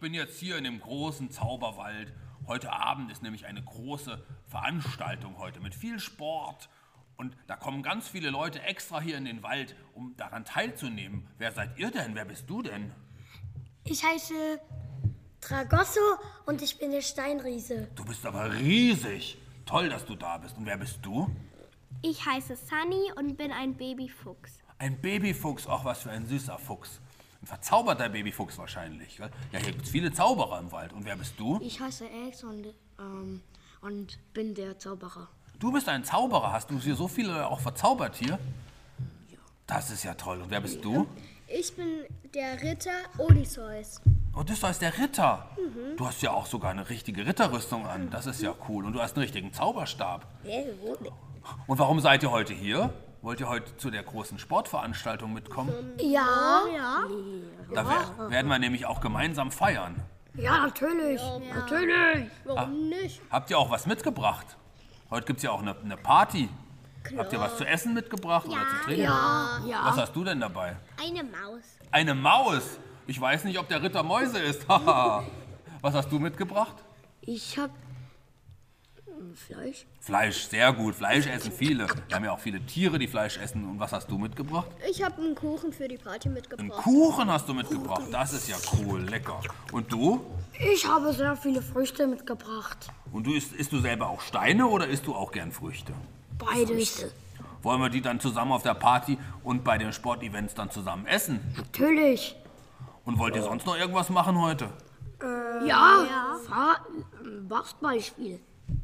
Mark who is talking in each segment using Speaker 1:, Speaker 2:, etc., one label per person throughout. Speaker 1: bin jetzt hier in dem großen Zauberwald. Heute Abend ist nämlich eine große Veranstaltung heute mit viel Sport. Und da kommen ganz viele Leute extra hier in den Wald, um daran teilzunehmen. Wer seid ihr denn? Wer bist du denn?
Speaker 2: Ich heiße Tragosso und ich bin der Steinriese.
Speaker 1: Du bist aber riesig. Toll, dass du da bist. Und wer bist du?
Speaker 3: Ich heiße Sunny und bin ein Babyfuchs.
Speaker 1: Ein Babyfuchs. Ach, was für ein süßer Fuchs. Ein verzauberter Babyfuchs wahrscheinlich. gell? Ja, hier gibt es viele Zauberer im Wald. Und wer bist du?
Speaker 4: Ich heiße Alex und, ähm, und bin der Zauberer.
Speaker 1: Du bist ein Zauberer. Hast du hier so viele auch verzaubert hier? Das ist ja toll. Und wer bist du?
Speaker 2: Ich bin der Ritter Odysseus.
Speaker 1: Odysseus, der Ritter. Du hast ja auch sogar eine richtige Ritterrüstung an. Das ist ja cool. Und du hast einen richtigen Zauberstab. Und warum seid ihr heute hier? Wollt ihr heute zu der großen Sportveranstaltung mitkommen?
Speaker 2: Ja.
Speaker 1: Da wer- werden wir nämlich auch gemeinsam feiern.
Speaker 4: Ja, natürlich. Natürlich.
Speaker 2: Warum nicht?
Speaker 1: Habt ihr auch was mitgebracht? Heute gibt es ja auch eine, eine Party. Habt ihr was zu essen mitgebracht oder zu trinken?
Speaker 4: Ja.
Speaker 1: Was hast du denn dabei?
Speaker 3: Eine Maus.
Speaker 1: Eine Maus. Ich weiß nicht, ob der Ritter Mäuse ist. Haha. was hast du mitgebracht?
Speaker 4: Ich hab ähm, Fleisch.
Speaker 1: Fleisch, sehr gut. Fleisch essen viele. Wir haben ja auch viele Tiere, die Fleisch essen. Und was hast du mitgebracht?
Speaker 2: Ich habe einen Kuchen für die Party
Speaker 1: Einen
Speaker 2: mitgebracht.
Speaker 1: Kuchen hast du mitgebracht. Das ist ja cool, lecker. Und du?
Speaker 4: Ich habe sehr viele Früchte mitgebracht.
Speaker 1: Und du isst, isst du selber auch Steine oder isst du auch gern Früchte?
Speaker 4: Beides.
Speaker 1: Wollen wir die dann zusammen auf der Party und bei den Sportevents dann zusammen essen?
Speaker 4: Natürlich.
Speaker 1: Und wollt ihr sonst noch irgendwas machen heute?
Speaker 4: Ja. Fahr ähm, Basketballspiel.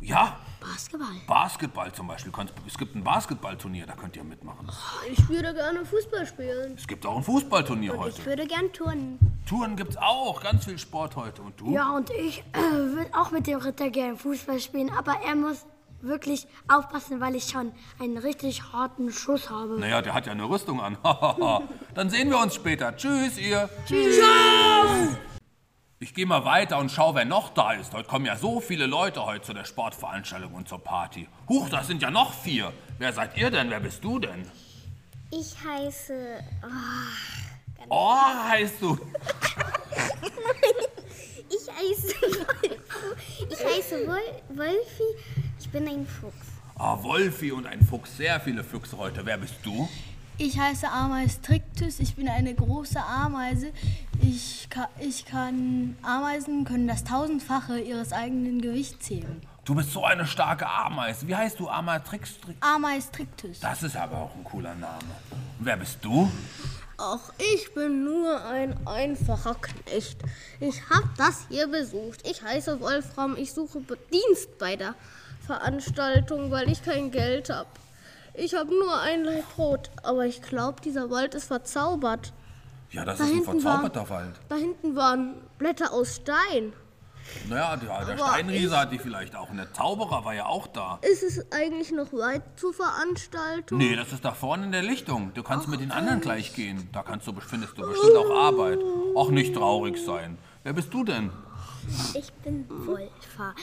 Speaker 1: Ja,
Speaker 4: Basketball.
Speaker 1: Basketball zum Beispiel. Könnt- Es gibt ein Basketballturnier, da könnt ihr mitmachen.
Speaker 2: Ich würde gerne Fußball spielen.
Speaker 1: Es gibt auch ein Fußballturnier
Speaker 4: Also.
Speaker 3: Ich
Speaker 1: heute.
Speaker 3: würde gern turnen.
Speaker 1: Touren gibt's auch, ganz viel Sport heute. Und du?
Speaker 4: Ja, und ich äh, will auch mit dem Ritter gerne Fußball spielen, aber er muss wirklich aufpassen, weil ich schon einen richtig harten Schuss habe.
Speaker 1: Naja, der hat ja eine Rüstung an. Dann sehen wir uns später. Tschüss, ihr. Tschüss. Ich gehe mal weiter und schau, wer noch da ist. Heute kommen ja so viele Leute heute zu der Sportveranstaltung und zur Party. Huch, das sind ja noch vier. Wer seid ihr denn? Wer bist du denn?
Speaker 3: Ich heiße.
Speaker 1: Oh, heißt du.
Speaker 3: Ich heiße. ich heiße Wol Wolfi. Ich bin ein Fuchs.
Speaker 1: Ah, Wolfi und ein Fuchs. Sehr viele Füchse heute. Wer bist du?
Speaker 5: Ich heiße Ameistrictus, ich bin eine große Ameise. Ich kann, ich kann Ameisen können das tausendfache ihres eigenen Gewichts heben.
Speaker 1: Du bist so eine starke Ameise. Wie heißt du? Amatrix?
Speaker 5: Ameistrictus.
Speaker 1: Das ist aber auch ein cooler Name. Und wer bist du?
Speaker 6: Auch ich bin nur ein einfacher Knecht. Ich habe das hier besucht. Ich heiße Wolfram. Ich suche Be- Dienst bei der Veranstaltung, weil ich kein Geld habe. Ich habe nur ein Leib Brot, aber ich glaube, dieser Wald ist verzaubert.
Speaker 1: Ja, das
Speaker 6: Da
Speaker 1: ist ein
Speaker 6: hinten
Speaker 1: verzauberter Wald.
Speaker 6: Da hinten waren Blätter aus Stein.
Speaker 1: Naja, der, der Steinriese hat die vielleicht auch. Und der Zauberer war ja auch da.
Speaker 6: Ist es eigentlich noch weit zur Veranstaltung?
Speaker 1: Nee, das ist da vorne in der Lichtung. Du kannst mit den anderen gleich gehen. Da kannst du, findest du bestimmt auch Arbeit. Auch nicht traurig sein. Wer bist du denn?
Speaker 3: Ich bin Wolfa.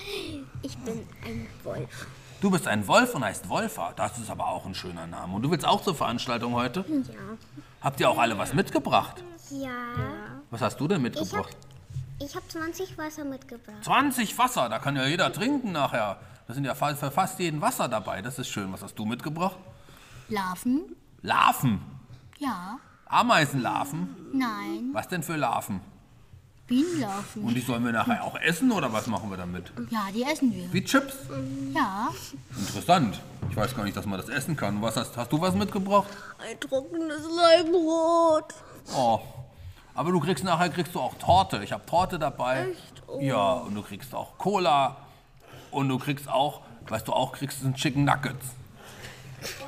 Speaker 3: Ich bin ein Wolf.
Speaker 1: Du bist ein Wolf und heißt Wolfer. Das ist aber auch ein schöner Name. Und du willst auch zur Veranstaltung heute? Ja. Habt ihr auch alle was mitgebracht?
Speaker 3: Ja.
Speaker 1: Was hast du denn mitgebracht?
Speaker 3: Ich habe 20 Wasser mitgebracht.
Speaker 1: 20 Wasser, da kann ja jeder trinken nachher. Da sind ja fa- für fast jeden Wasser dabei. Das ist schön. Was hast du mitgebracht?
Speaker 5: Larven?
Speaker 1: Larven.
Speaker 5: Ja.
Speaker 1: Ameisenlarven.
Speaker 5: Nein.
Speaker 1: Was denn für Larven?
Speaker 5: Bienenlarven?
Speaker 1: Und die sollen wir nachher auch essen oder was machen wir damit?
Speaker 5: Ja, die essen wir.
Speaker 1: Wie Chips?
Speaker 5: Ja.
Speaker 1: Interessant. Ich weiß gar nicht, dass man das essen kann. Was hast, hast du was mitgebracht?
Speaker 6: Ein trockenes Leib Brot.
Speaker 1: Oh. Aber du kriegst nachher kriegst du auch Torte. Ich habe Torte dabei. Echt?
Speaker 6: Oh.
Speaker 1: Ja, und du kriegst auch Cola und du kriegst auch, weißt du auch, kriegst du einen Chicken Nuggets.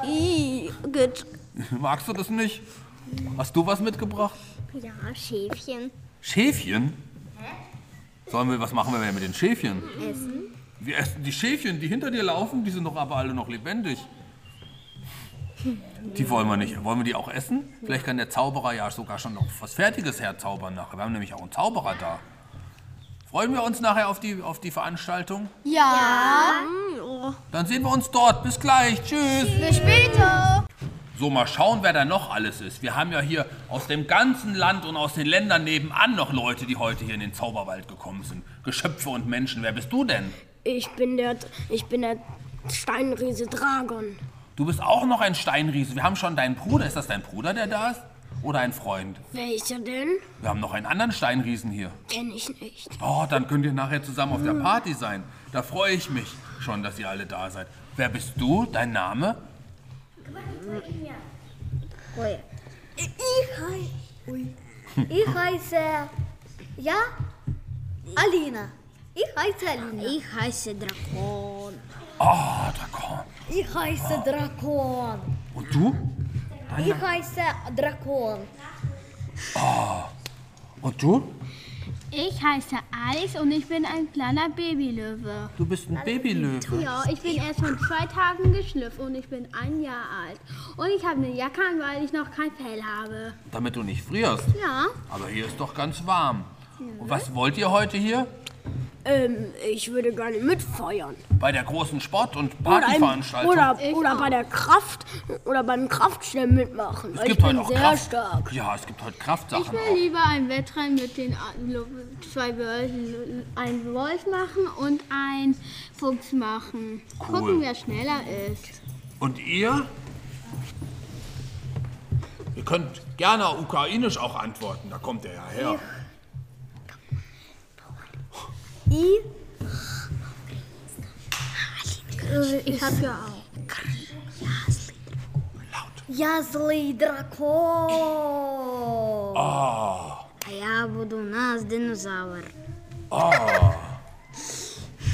Speaker 6: Ih, gut.
Speaker 1: Magst du das nicht? Hast du was mitgebracht?
Speaker 3: Ja, Schäfchen.
Speaker 1: Schäfchen? Sollen wir, was machen wir denn mit den Schäfchen? Essen. Wir essen die Schäfchen, die hinter dir laufen, die sind doch aber alle noch lebendig. Die wollen wir nicht. Wollen wir die auch essen? Vielleicht kann der Zauberer ja sogar schon noch was Fertiges herzaubern nachher. Wir haben nämlich auch einen Zauberer da. Freuen wir uns nachher auf die, auf die Veranstaltung?
Speaker 5: Ja.
Speaker 1: Dann sehen wir uns dort. Bis gleich. Tschüss.
Speaker 5: Bis später.
Speaker 1: So, mal schauen, wer da noch alles ist. Wir haben ja hier aus dem ganzen Land und aus den Ländern nebenan noch Leute, die heute hier in den Zauberwald gekommen sind. Geschöpfe und Menschen. Wer bist du denn?
Speaker 4: Ich bin der, ich bin der Steinriese Dragon.
Speaker 1: Du bist auch noch ein Steinriese. Wir haben schon deinen Bruder. Ist das dein Bruder, der da ist? Oder ein Freund?
Speaker 4: Welcher denn?
Speaker 1: Wir haben noch einen anderen Steinriesen hier.
Speaker 4: Kenn ich nicht.
Speaker 1: Oh, dann könnt ihr nachher zusammen auf der Party sein. Da freue ich mich schon, dass ihr alle da seid. Wer bist du? Dein Name?
Speaker 3: Ich, hei ich heiße. Ja? Alina. Ich heiße Alina.
Speaker 6: Ich heiße Drakon.
Speaker 1: Oh, Drakon.
Speaker 3: Ich heiße Drakon.
Speaker 1: Und du?
Speaker 3: Ich heiße Drakon.
Speaker 1: Und du?
Speaker 7: Ich heiße Alice und ich bin ein kleiner Babylöwe.
Speaker 1: Du bist ein Babylöwe.
Speaker 7: Ja, ich bin erst von zwei Tagen geschlüpft und ich bin ein Jahr alt. Und ich habe eine Jacke an, weil ich noch kein Fell habe.
Speaker 1: Damit du nicht frierst.
Speaker 7: Ja.
Speaker 1: Aber hier ist doch ganz warm. Und was wollt ihr heute hier?
Speaker 4: Ähm, ich würde gerne mitfeuern.
Speaker 1: Bei der großen Sport- und
Speaker 4: Oder, im-
Speaker 1: Partyveranstaltung?
Speaker 4: oder, oder bei der Kraft oder beim Kraftstellen mitmachen.
Speaker 1: es
Speaker 4: weil
Speaker 1: gibt
Speaker 4: ich
Speaker 1: heute
Speaker 4: bin
Speaker 1: auch
Speaker 4: sehr
Speaker 1: Kraft.
Speaker 4: stark.
Speaker 1: Ja, es gibt heute
Speaker 7: Ich
Speaker 1: Kraftsachen.
Speaker 7: will lieber ein Wettrennen mit den A- Lo- zwei Wölfen, einen Wolf machen und einen Fuchs machen.
Speaker 1: Cool.
Speaker 7: Gucken, wer schneller ist.
Speaker 1: auch. Und ihr? Ihr könnt gerne ukrainisch auch antworten. Da kommt er ja her.
Speaker 3: Jazli Drakon.
Speaker 6: A ja budu nas dinozaur.
Speaker 1: Da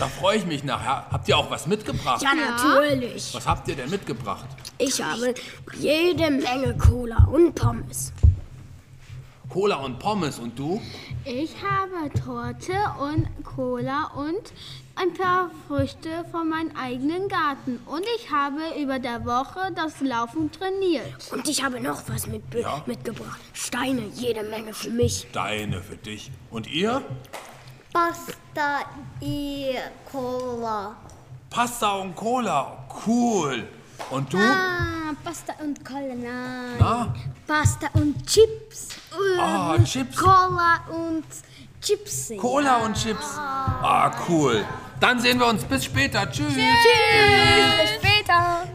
Speaker 1: freue ich mich nachher. Habt ihr auch was mitgebracht?
Speaker 4: Ja, natürlich.
Speaker 1: Was habt ihr denn mitgebracht?
Speaker 4: Ich habe jede Menge Cola und Pommes.
Speaker 1: Cola und Pommes und du?
Speaker 7: Ich habe Torte und Cola und ein paar Früchte von meinem eigenen Garten. Und ich habe über der Woche das Laufen trainiert.
Speaker 4: Und ich habe noch was mit,
Speaker 1: Ja.
Speaker 4: mitgebracht. Steine, jede Menge für mich.
Speaker 1: Deine für dich. Und ihr?
Speaker 3: Pasta i Cola.
Speaker 1: Pasta und Cola. Cool. Und du?
Speaker 3: Ah, Pasta und Cola, nein.
Speaker 1: Na?
Speaker 3: Pasta und Chips.
Speaker 1: Ah,
Speaker 3: Ähm,
Speaker 1: Chips.
Speaker 3: Cola und Chips.
Speaker 1: Cola und Chips. Ah, cool. Dann sehen wir uns. Bis später. Tschüss.
Speaker 3: Später.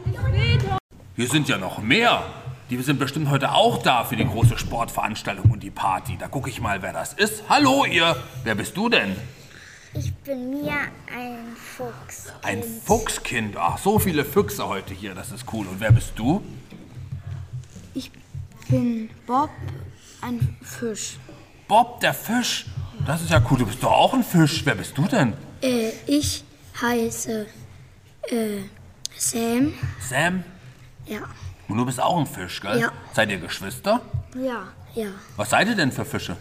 Speaker 1: Hier sind ja noch mehr. Die sind bestimmt heute auch da für die große Sportveranstaltung und die Party. Da gucke ich mal, wer das ist. Hallo ihr. Wer bist du denn?
Speaker 3: Ich bin Mia, ein Fuchs.
Speaker 1: Ein Fuchskind. Ach, so viele Füchse heute hier. Das ist cool. Und wer bist du?
Speaker 4: Ich bin Bob, ein Fisch.
Speaker 1: Bob der Fisch. Das ist ja cool. Du bist doch auch ein Fisch. Wer bist du denn?
Speaker 4: Äh, ich heiße äh, Sam.
Speaker 1: Sam.
Speaker 4: Ja,
Speaker 1: Und du bist auch ein Fisch, gell?
Speaker 4: Ja.
Speaker 1: Seid ihr Geschwister?
Speaker 4: ja, ja.
Speaker 1: Was seid ihr denn für Fische?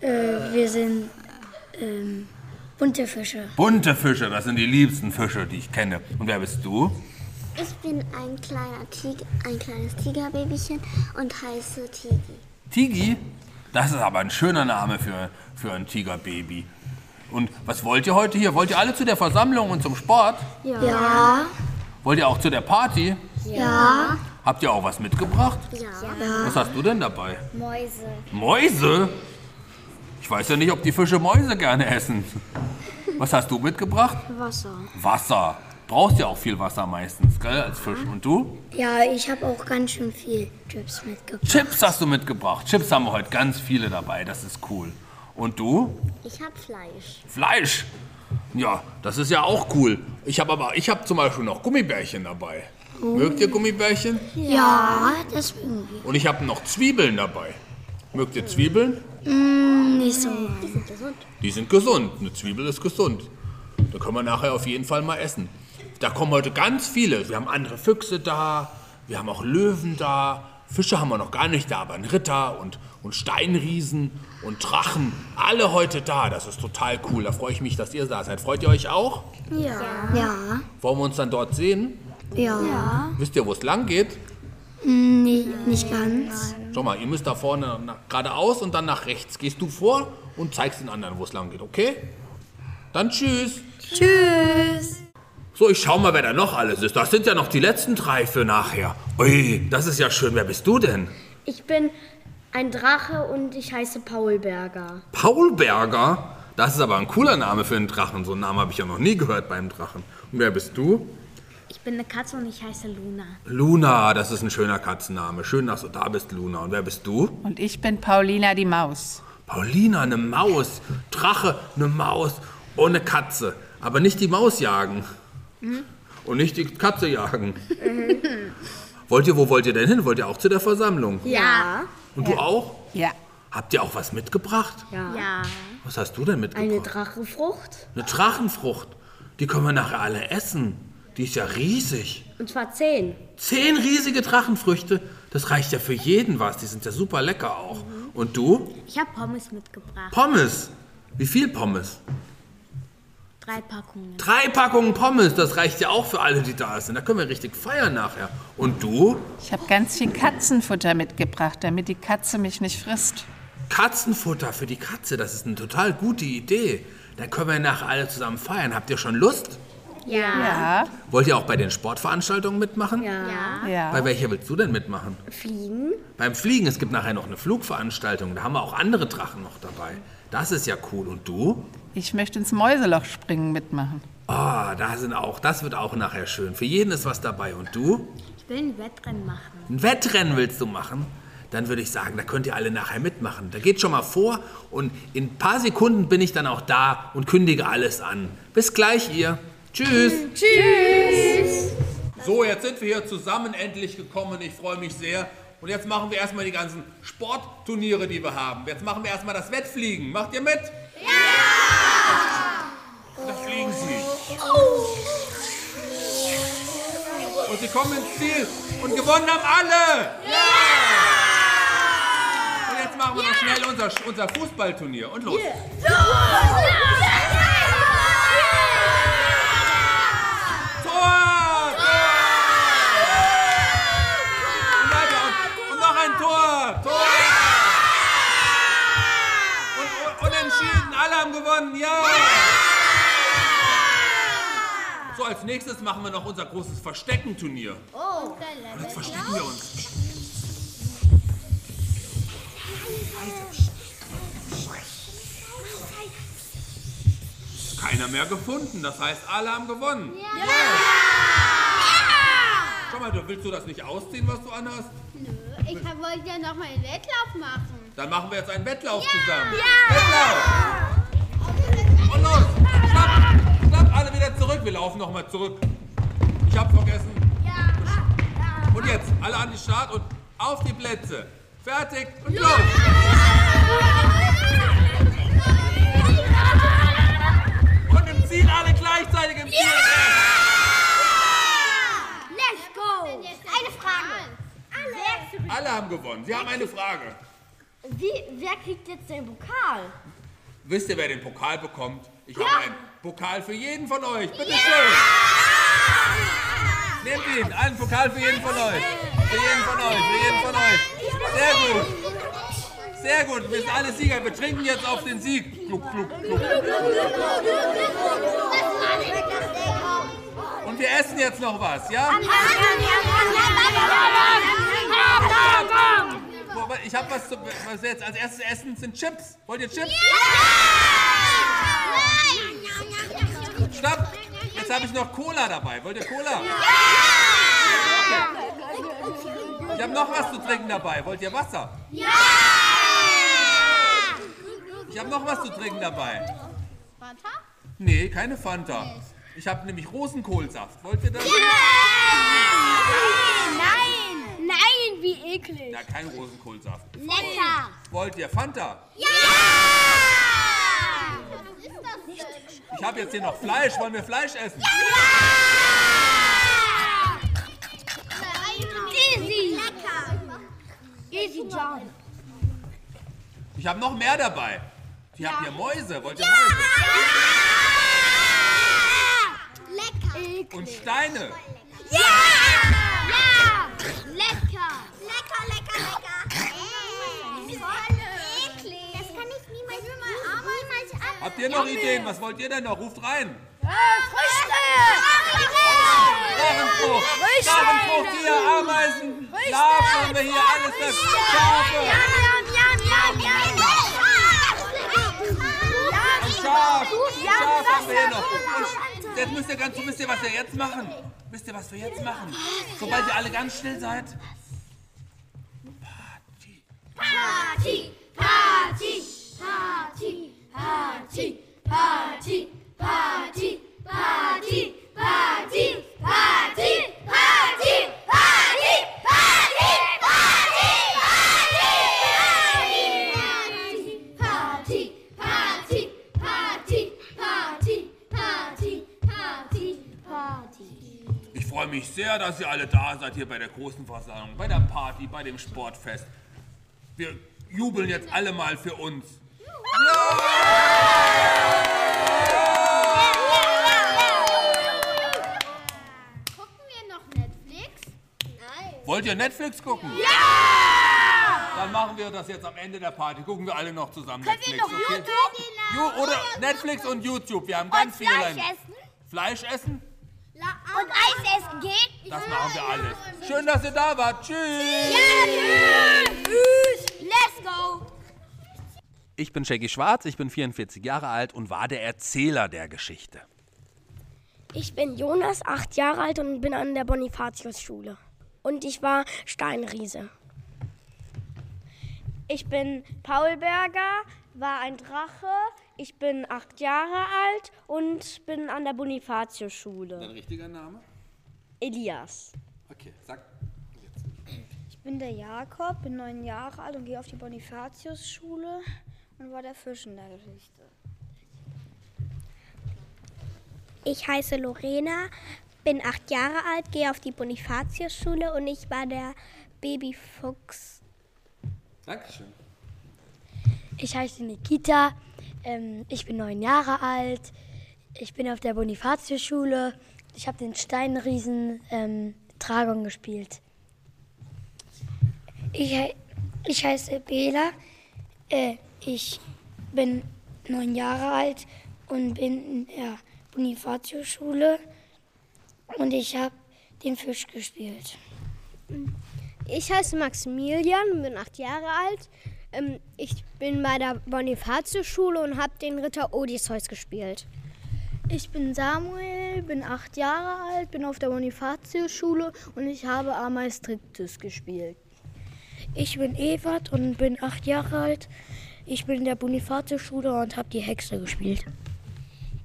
Speaker 4: Äh, wir sind ähm, bunte Fische.
Speaker 1: Bunte Fische, das sind die liebsten Fische, die ich kenne. Und wer bist du?
Speaker 3: Ich bin ein kleiner Tiger, ein kleines Tigerbabychen und heiße Tigi.
Speaker 1: Tigi? Das ist aber ein schöner Name für, für ein Tigerbaby. Und was wollt ihr heute hier? Wollt ihr alle zu der Versammlung und zum Sport?
Speaker 4: Ja. ja.
Speaker 1: Wollt ihr auch zu der Party?
Speaker 4: Ja.
Speaker 1: Habt ihr auch was mitgebracht?
Speaker 3: Ja.
Speaker 1: Was hast du denn dabei?
Speaker 3: Mäuse.
Speaker 1: Mäuse? Ich weiß ja nicht, ob die Fische Mäuse gerne essen. Was hast du mitgebracht?
Speaker 4: Wasser.
Speaker 1: Wasser. Brauchst ja auch viel Wasser meistens, gell, als Fisch. Und du?
Speaker 4: Ja, ich habe auch ganz schön viel Chips mitgebracht.
Speaker 1: Chips hast du mitgebracht. Chips haben wir heute ganz viele dabei. Das ist cool. Und du?
Speaker 3: Ich hab Fleisch.
Speaker 1: Fleisch. Ja, das ist ja auch cool. Ich habe aber, ich habe zum Beispiel noch Gummibärchen dabei. Mögt ihr Gummibärchen?
Speaker 4: Ja, das mögen wir.
Speaker 1: Und ich habe noch Zwiebeln dabei. Mögt ihr Zwiebeln?
Speaker 4: Nicht so.
Speaker 1: Die sind gesund. Eine Zwiebel ist gesund. Da können wir nachher auf jeden Fall mal essen. Da kommen heute ganz viele. Wir haben andere Füchse da, wir haben auch Löwen da. Fische haben wir noch gar nicht da, aber ein Ritter und, und Steinriesen und Drachen. Alle heute da. Das ist total cool. Da freue ich mich, dass ihr da seid. Freut ihr euch auch?
Speaker 4: Ja. Ja.
Speaker 1: Wollen wir uns dann dort sehen?
Speaker 4: Ja.
Speaker 1: Wisst ihr, wo es lang geht?
Speaker 4: Nee, nicht ganz.
Speaker 1: Schau mal, ihr müsst da vorne nach, geradeaus und dann nach rechts. Gehst du vor und zeigst den anderen, wo es lang geht, okay? Dann tschüss.
Speaker 4: Tschüss.
Speaker 1: So, So, ich schau mal, wer da noch alles ist. Das sind ja noch die letzten drei für nachher. Ui, das ist ja schön. Wer bist du denn?
Speaker 2: Ich bin ein Drache und ich heiße Paul Berger.
Speaker 1: Paul Berger? Das ist aber ein cooler Name für einen Drachen. So einen Namen habe ich ja noch nie gehört beim Drachen. Und wer bist du?
Speaker 3: Ich bin eine Katze und ich heiße Luna.
Speaker 1: Luna, das ist ein schöner Katzenname. Schön, dass du da bist, Luna. Und wer bist du?
Speaker 8: Und ich bin Paulina die Maus.
Speaker 1: Paulina, eine Maus. Drache, eine Maus. Und eine Katze. Aber nicht die Maus jagen. Und nicht die Katze jagen. wollt ihr, wo wollt ihr denn hin? Wollt ihr auch zu der Versammlung?
Speaker 3: Ja.
Speaker 1: Und du auch?
Speaker 8: Ja.
Speaker 1: Habt ihr auch was mitgebracht?
Speaker 3: Ja.
Speaker 1: Was hast du denn mitgebracht?
Speaker 2: Eine Drachenfrucht?
Speaker 1: Eine Drachenfrucht. Die können wir nachher alle essen. Die ist ja riesig.
Speaker 2: Und zwar zehn.
Speaker 1: Zehn riesige Drachenfrüchte. Das reicht ja für jeden was. Die sind ja super lecker auch.
Speaker 2: Mhm.
Speaker 1: Und du?
Speaker 3: Ich habe Pommes mitgebracht.
Speaker 1: Pommes. Wie viel Pommes?
Speaker 3: Drei Packungen.
Speaker 1: Drei Packungen Pommes. Das reicht ja auch für alle, die da sind. Da können wir richtig feiern nachher. Und du?
Speaker 8: Ich habe ganz viel Katzenfutter mitgebracht, damit die Katze mich nicht frisst.
Speaker 1: Katzenfutter für die Katze. Das ist eine total gute Idee. Dann können wir nachher alle zusammen feiern. Habt ihr schon Lust?
Speaker 8: Ja.
Speaker 1: Wollt ihr auch bei den Sportveranstaltungen mitmachen? Ja. Bei
Speaker 8: Ja.
Speaker 1: welcher willst du denn mitmachen?
Speaker 3: Fliegen.
Speaker 1: Beim Fliegen, es gibt nachher noch eine Flugveranstaltung, da haben wir auch andere Drachen noch dabei. Das ist ja cool. Und du?
Speaker 8: Ich möchte ins Mäuseloch springen mitmachen.
Speaker 1: Ah, da sind auch, das wird auch nachher schön. Für jeden ist was dabei. Und du?
Speaker 3: Ich will ein Wettrennen machen.
Speaker 1: Ein Wettrennen willst du machen? Dann würde ich sagen, da könnt ihr alle nachher mitmachen. Da geht schon mal vor und in ein paar Sekunden bin ich dann auch da und kündige alles an. Bis gleich, ihr. Tschüss. Tschüss. So, jetzt sind wir hier zusammen endlich gekommen. Ich freue mich sehr. Und jetzt machen wir erstmal die ganzen Sportturniere, die wir haben. Jetzt machen wir erstmal das Wettfliegen. Macht ihr mit? Ja! Da fliegen sie. Und sie kommen ins Ziel. Und gewonnen haben alle. Und jetzt machen wir noch schnell unser, unser Fußballturnier. Und los. Tor! Und weiter. Und, und noch ein Tor! Tor! Und, und, und entschieden. Alle haben gewonnen. Ja! So, als nächstes machen wir noch unser großes Versteckenturnier. Oh, Und jetzt verstecken wir uns. Keiner mehr gefunden. Das heißt, alle haben gewonnen. Ja! Schau mal, du willst du das nicht ausziehen, was du anhast?
Speaker 7: Ich wollte ja nochmal einen Wettlauf machen.
Speaker 1: Dann machen wir jetzt einen Wettlauf zusammen. Wettlauf! Und los! Schnapp! Schnapp alle wieder zurück. Wir laufen nochmal zurück. Ich hab vergessen. Und jetzt alle an die Start und auf die Plätze. Fertig und los! Und im Ziel alle gleichzeitig im Ziel.
Speaker 3: Let's go. Eine Frage. Alle.
Speaker 1: Alle haben gewonnen. Sie haben eine Frage.
Speaker 2: Wie, wer kriegt jetzt den Pokal?
Speaker 1: Wisst ihr, wer den Pokal bekommt? Ich habe einen Pokal für jeden von euch. Bitte schön. Nehmt ihn. Einen Pokal für jeden von euch. Für jeden von euch. Für jeden von euch. Sehr gut. Sehr gut. Wir sind alle Sieger. Wir trinken jetzt auf den Sieg. Gluck, gluck, gluck. Und wir essen jetzt noch was, ja? Wobei, Ich habe was zu. Was wir jetzt als erstes essen sind Chips. Wollt ihr Chips? Stopp! Jetzt habe ich noch Cola dabei. Wollt ihr Cola? Ja! Ich habe noch was zu trinken dabei. Wollt ihr Wasser? Ja! Ich habe noch was zu trinken dabei. Fanta? Nee, keine Fanta. Ich habe nämlich Rosenkohlsaft. Wollt ihr das?
Speaker 3: Nein. Nein, wie eklig.
Speaker 1: Na, kein Rosenkohlsaft.
Speaker 3: Lecker.
Speaker 1: Wollt ihr Fanta? Ich habe jetzt hier noch Fleisch. Wollen wir Fleisch essen?
Speaker 3: Easy. Lecker. Easy John.
Speaker 1: Ich habe noch mehr dabei. Ihr habt hier Mäuse. Wollt ihr Mäuse?
Speaker 3: Lecker.
Speaker 1: Und Steine.
Speaker 3: Ja! Ja! Lecker! Lecker, lecker, lecker! Eklig! Das kann ich niemals, niemals, niemals
Speaker 1: Habt ihr noch Ideen? Was wollt ihr denn noch? Ruft rein.
Speaker 3: Früchte!
Speaker 1: Drachenfrucht, Drachenfrucht, hier, Ameisen, Larven haben wir hier, alles das, Schafe, Schaf, Schaf haben wir hier noch. Und jetzt müsst ihr ganz, wisst ihr, was wir jetzt machen? Wisst ihr, was wir jetzt machen? Sobald ihr alle ganz still seid. Party. Ich freue mich sehr, dass ihr alle da seid hier bei der großen Versammlung, bei der Party, bei dem Sportfest. Wir jubeln jetzt alle mal für uns.
Speaker 7: Gucken wir noch Netflix?
Speaker 1: Wollt ihr Netflix gucken? Ja! Dann machen wir das jetzt am Ende der Party. Gucken wir alle noch zusammen Können Netflix.
Speaker 7: noch
Speaker 1: okay? YouTube? Ju oder Netflix und YouTube. Wir haben ganz viele. Lein- Fleisch essen?
Speaker 3: Und Eis essen geht?
Speaker 1: Das machen wir alles. Schön, dass ihr da wart. Tschüss!
Speaker 3: Let's go!
Speaker 1: Ich bin Jackie Schwarz, ich bin 44 Jahre alt und war der Erzähler der Geschichte.
Speaker 2: Ich bin Jonas, acht Jahre alt und bin an der Bonifatius-Schule. Und ich war Steinriese.
Speaker 9: Ich bin Paul Berger, war ein Drache. Ich bin acht Jahre alt und bin an der Bonifatius-Schule.
Speaker 1: richtiger Name?
Speaker 9: Elias.
Speaker 1: Okay, sag.
Speaker 9: Ich bin der Jakob, bin neun Jahre alt und gehe auf die Bonifatius-Schule und war der Fisch in der Geschichte.
Speaker 3: Ich heiße Lorena, bin acht Jahre alt, gehe auf die Bonifatius-Schule und ich war der Babyfuchs.
Speaker 1: Dankeschön.
Speaker 4: Ich heiße Nikita, ähm, ich bin neun Jahre alt, ich bin auf der Bonifatius-Schule, ich habe den Steinriesen ähm, Dragon gespielt.
Speaker 2: Ich, hei- ich heiße Bela. Äh, ich bin neun Jahre alt und bin in der Bonifatius-Schule. Und ich habe den Fisch gespielt.
Speaker 6: Ich heiße Maximilian, bin acht Jahre alt. Ähm, ich bin bei der Bonifatius-Schule und habe den Ritter Odysseus gespielt.
Speaker 5: Ich bin Samuel, bin acht Jahre alt, bin auf der Bonifatius-Schule und ich habe Ameistrictus gespielt.
Speaker 2: Ich bin Evert und bin acht Jahre alt. Ich bin in der Bonifatius-Schule und habe die Hexe gespielt.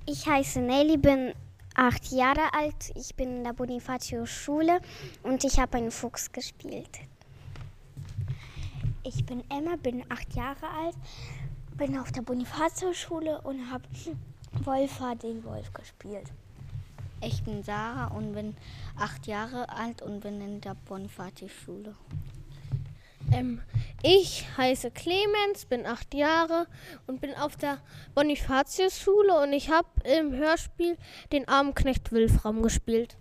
Speaker 3: Ich heiße Nelly, bin acht Jahre alt, ich bin in der Bonifacio-Schule und ich habe einen Fuchs gespielt. Ich bin Emma, bin acht Jahre alt, bin auf der Bonifacio-Schule und habe Wolfa den Wolf gespielt.
Speaker 5: Ich bin Sarah und bin acht Jahre alt und bin in der Bonifatius-Schule.
Speaker 6: Ähm, ich heiße Clemens, bin acht Jahre und bin auf der Bonifatius-Schule und ich habe im Hörspiel den armen Knecht Wilfram gespielt.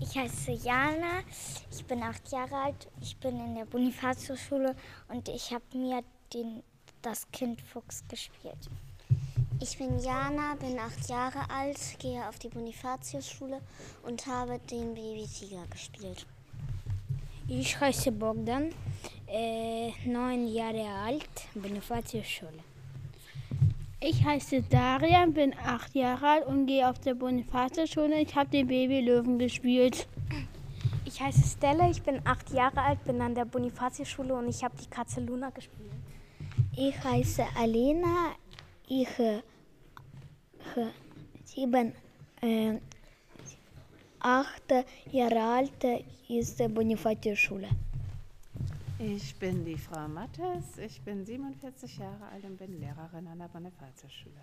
Speaker 3: Ich heiße Jana, ich bin acht Jahre alt, ich bin in der Bonifacio-Schule und ich habe mir den, das Kind Fuchs gespielt. Ich bin Jana, bin acht Jahre alt, gehe auf die Bonifatius-Schule und habe den Babytiger gespielt.
Speaker 9: Ich heiße Bogdan, äh, neun Jahre alt, Bonifatius-Schule.
Speaker 7: Ich heiße Daria, bin acht Jahre alt und gehe auf der Bonifatius-Schule. Ich habe den Babylöwen gespielt.
Speaker 9: Ich heiße Stella, ich bin acht Jahre alt, bin an der Bonifatius-Schule und ich habe die Katze Luna gespielt.
Speaker 3: Ich heiße Alena, ich äh, bin äh, acht Jahre alt, ist der Bonifatius-Schule.
Speaker 8: Ich bin die Frau Mattes, ich bin 47 Jahre alt und bin Lehrerin an der Bonifatius-Schule.